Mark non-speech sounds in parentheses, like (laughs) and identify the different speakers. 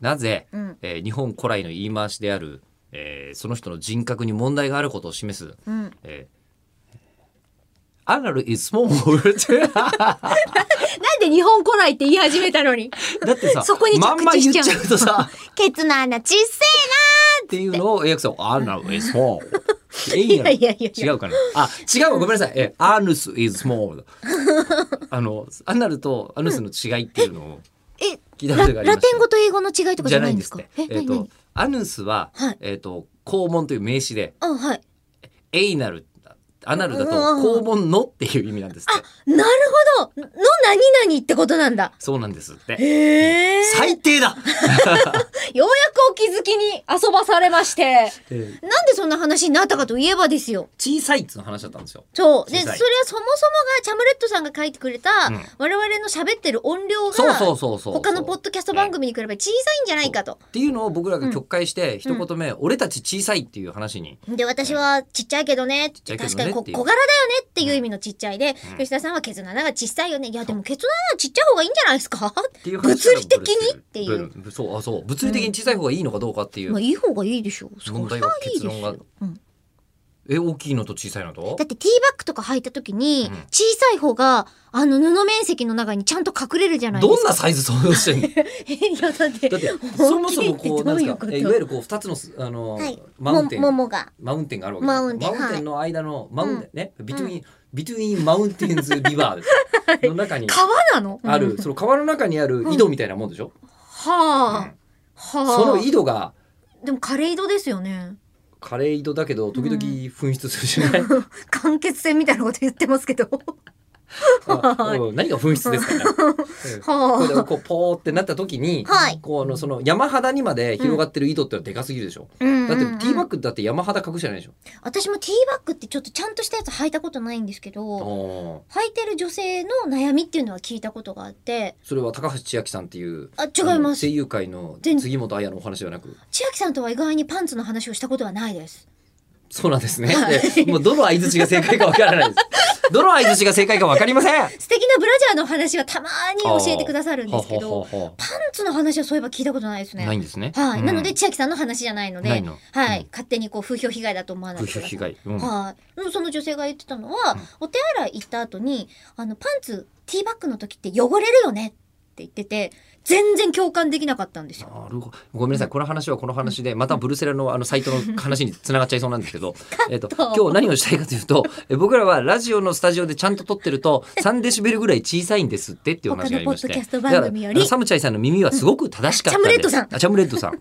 Speaker 1: なぜ、
Speaker 2: うん
Speaker 1: えー日本古来の言い回しである、えーその人の人格に問題があることを示す、
Speaker 2: うん
Speaker 1: えー、anal is small って
Speaker 2: なんで日本来ないって言い始めたのに。
Speaker 1: (laughs) だってさ
Speaker 2: そこに
Speaker 1: まん
Speaker 2: 着
Speaker 1: ま
Speaker 2: 地
Speaker 1: 言
Speaker 2: し
Speaker 1: っ
Speaker 2: ち
Speaker 1: ち
Speaker 2: ゃう。
Speaker 1: ゃうと
Speaker 2: (laughs)
Speaker 1: さ
Speaker 2: ケツの穴ちっせ
Speaker 1: っていうのを英訳さん anal is small えい
Speaker 2: え
Speaker 1: や
Speaker 2: な。
Speaker 1: ろ
Speaker 2: (laughs) いやいやい
Speaker 1: 違
Speaker 2: や。
Speaker 1: うかなあ違うわごめんなさいえ anus is small あのアナルとアヌスの違いっていうのを
Speaker 2: え、
Speaker 1: 聞いたこ
Speaker 2: ラ
Speaker 1: とがありまし
Speaker 2: ラテ
Speaker 1: た
Speaker 2: ン語と英語の違いとか
Speaker 1: じ
Speaker 2: じ
Speaker 1: ゃ
Speaker 2: ゃ
Speaker 1: な
Speaker 2: ない
Speaker 1: いん
Speaker 2: ん
Speaker 1: で
Speaker 2: です
Speaker 1: す
Speaker 2: か
Speaker 1: って。
Speaker 2: え、
Speaker 1: えっ
Speaker 2: 何
Speaker 1: と
Speaker 2: 何
Speaker 1: アヌスは、
Speaker 2: はい
Speaker 1: えっと肛門という名詞で
Speaker 2: あ、はい。
Speaker 1: エイナルアナルだと
Speaker 2: うんうんうん
Speaker 1: 肛門のっていう意味なんですって
Speaker 2: なるほどの何々ってことなんだ。
Speaker 1: そうなんですって
Speaker 2: へえ。
Speaker 1: 最低だ
Speaker 2: ようやくお気づきに遊ばされまして。
Speaker 1: えー
Speaker 2: なんでそんな話になったかといえばですよ。
Speaker 1: 小さいっつう話だったんですよ
Speaker 2: そう。で、
Speaker 1: 小
Speaker 2: それ
Speaker 1: さ
Speaker 2: はいそもそもがチャムレットさんが書いてくれた、
Speaker 1: うん
Speaker 2: 我々の喋ってる音量が、
Speaker 1: そうそうそうそう
Speaker 2: 他のポッドキャスト番組に比べ小さいんじゃないかと。
Speaker 1: っていうのを僕らが曲解して一言目俺たち小さいっていう話に
Speaker 2: で、私はちっちゃいけどねっ
Speaker 1: ちゃ
Speaker 2: て、
Speaker 1: いけどね
Speaker 2: 確かにこ
Speaker 1: って
Speaker 2: 小
Speaker 1: いう
Speaker 2: 柄だよねっていう意味のちっちゃいで、
Speaker 1: うん
Speaker 2: 吉田さんはケツの穴が小さいよね。いや、でもケツの穴ちっちゃい方がいいんじゃないですか
Speaker 1: っていう話から
Speaker 2: 物理的にっていう
Speaker 1: ぶぶそうあそう物理的に小さい方がいいのかどうかっていう
Speaker 2: まあ、いい方がいいでしょう。そ
Speaker 1: 問
Speaker 2: う
Speaker 1: 題
Speaker 2: い
Speaker 1: は
Speaker 2: う
Speaker 1: 結論が
Speaker 2: いいでしょううん
Speaker 1: え大きいのと小さいのと
Speaker 2: だってティーバッグとか履いた時に
Speaker 1: うん、
Speaker 2: 小さい方が、あの、布面積の中にちゃんと隠れるじゃないですか。
Speaker 1: どんなサイズ想像してんの
Speaker 2: え (laughs) いやだって
Speaker 1: だ
Speaker 2: (laughs)
Speaker 1: ってそ
Speaker 2: 本
Speaker 1: も
Speaker 2: 気
Speaker 1: そ
Speaker 2: で
Speaker 1: も
Speaker 2: 言って
Speaker 1: こう
Speaker 2: ど
Speaker 1: なん
Speaker 2: う
Speaker 1: で
Speaker 2: い
Speaker 1: す
Speaker 2: うこ
Speaker 1: か
Speaker 2: と
Speaker 1: えいわゆるこう二つのすあの
Speaker 2: はい
Speaker 1: マウンテン
Speaker 2: もももが
Speaker 1: マウンテンがあるわけです
Speaker 2: マウンテン
Speaker 1: マウンテンの間のマウンテンねビトゥインビトゥインマウンテンズリバーですの中に
Speaker 2: 川なの
Speaker 1: あ
Speaker 2: うん
Speaker 1: るその川の中にある井戸みたいなもんでしょ
Speaker 2: はあ、はあ
Speaker 1: その井戸が
Speaker 2: でも枯れ井戸ですよね (laughs)
Speaker 1: カレー井戸だけど時々噴出するじゃない、
Speaker 2: 間欠泉みたいなこと言ってま
Speaker 1: (laughs)
Speaker 2: すけど
Speaker 1: あうん何が噴出ですかね、うんこれで
Speaker 2: は
Speaker 1: こうポーってなった時に、
Speaker 2: はい
Speaker 1: こうあのその山肌にまで広がってる井戸ってのはでかすぎるでしょ、
Speaker 2: あ、うん
Speaker 1: だってティーバッ
Speaker 2: グ
Speaker 1: グだって山肌隠しじゃないでしょ、
Speaker 2: 私もティーバッグってちょっとちゃんとしたやつ履いたことないんですけ
Speaker 1: あ
Speaker 2: ど
Speaker 1: ー
Speaker 2: 履いてる女性の悩みっていうのは聞いたことがあって
Speaker 1: それは高橋千明さんっていう
Speaker 2: あ違
Speaker 1: あ
Speaker 2: い
Speaker 1: の
Speaker 2: ます
Speaker 1: 声優界の
Speaker 2: 全
Speaker 1: 杉本彩のお話ではなく
Speaker 2: 千秋さんとは意外にパンツの話をしたことはないです
Speaker 1: そうなんですね、
Speaker 2: はい
Speaker 1: でもうどの相槌が正解かわからないで
Speaker 2: (laughs)
Speaker 1: すどの相槌が正解かわかりません
Speaker 2: 素敵なブラジャーの話はたまに教えてくださるんですけど
Speaker 1: はははは
Speaker 2: パンツの話はそういえば聞いたことないですね
Speaker 1: ないんですね
Speaker 2: はい、
Speaker 1: うん
Speaker 2: なので千秋さんの話じゃないので
Speaker 1: ないの
Speaker 2: はい、
Speaker 1: うん
Speaker 2: 勝手にこう風評被害だと思わない
Speaker 1: 風
Speaker 2: でく
Speaker 1: 評
Speaker 2: ださい
Speaker 1: 被害、うん
Speaker 2: はい、うんその女性が言ってたのは、
Speaker 1: うん
Speaker 2: お手洗い行った後にあのパンツティーバッグの時って汚れるよねって言ってて全然共感できなかったんですよ。
Speaker 1: なるほどごめんなさいこの話はこの話でまたブルセラのあのサイトの話につながっちゃいそうなんですけど、えっと、今日何をしたいかというとえ僕らはラジオのスタジオでちゃんと撮ってると3デシベルぐらい小さいんですってっていうお話がありまして
Speaker 2: 他のポッドキャスト番組よ
Speaker 1: だか
Speaker 2: り
Speaker 1: らあのサムチャイさんの耳はすごく正しかったん
Speaker 2: チャムレ
Speaker 1: で
Speaker 2: ッドさん
Speaker 1: あチャムレッドさん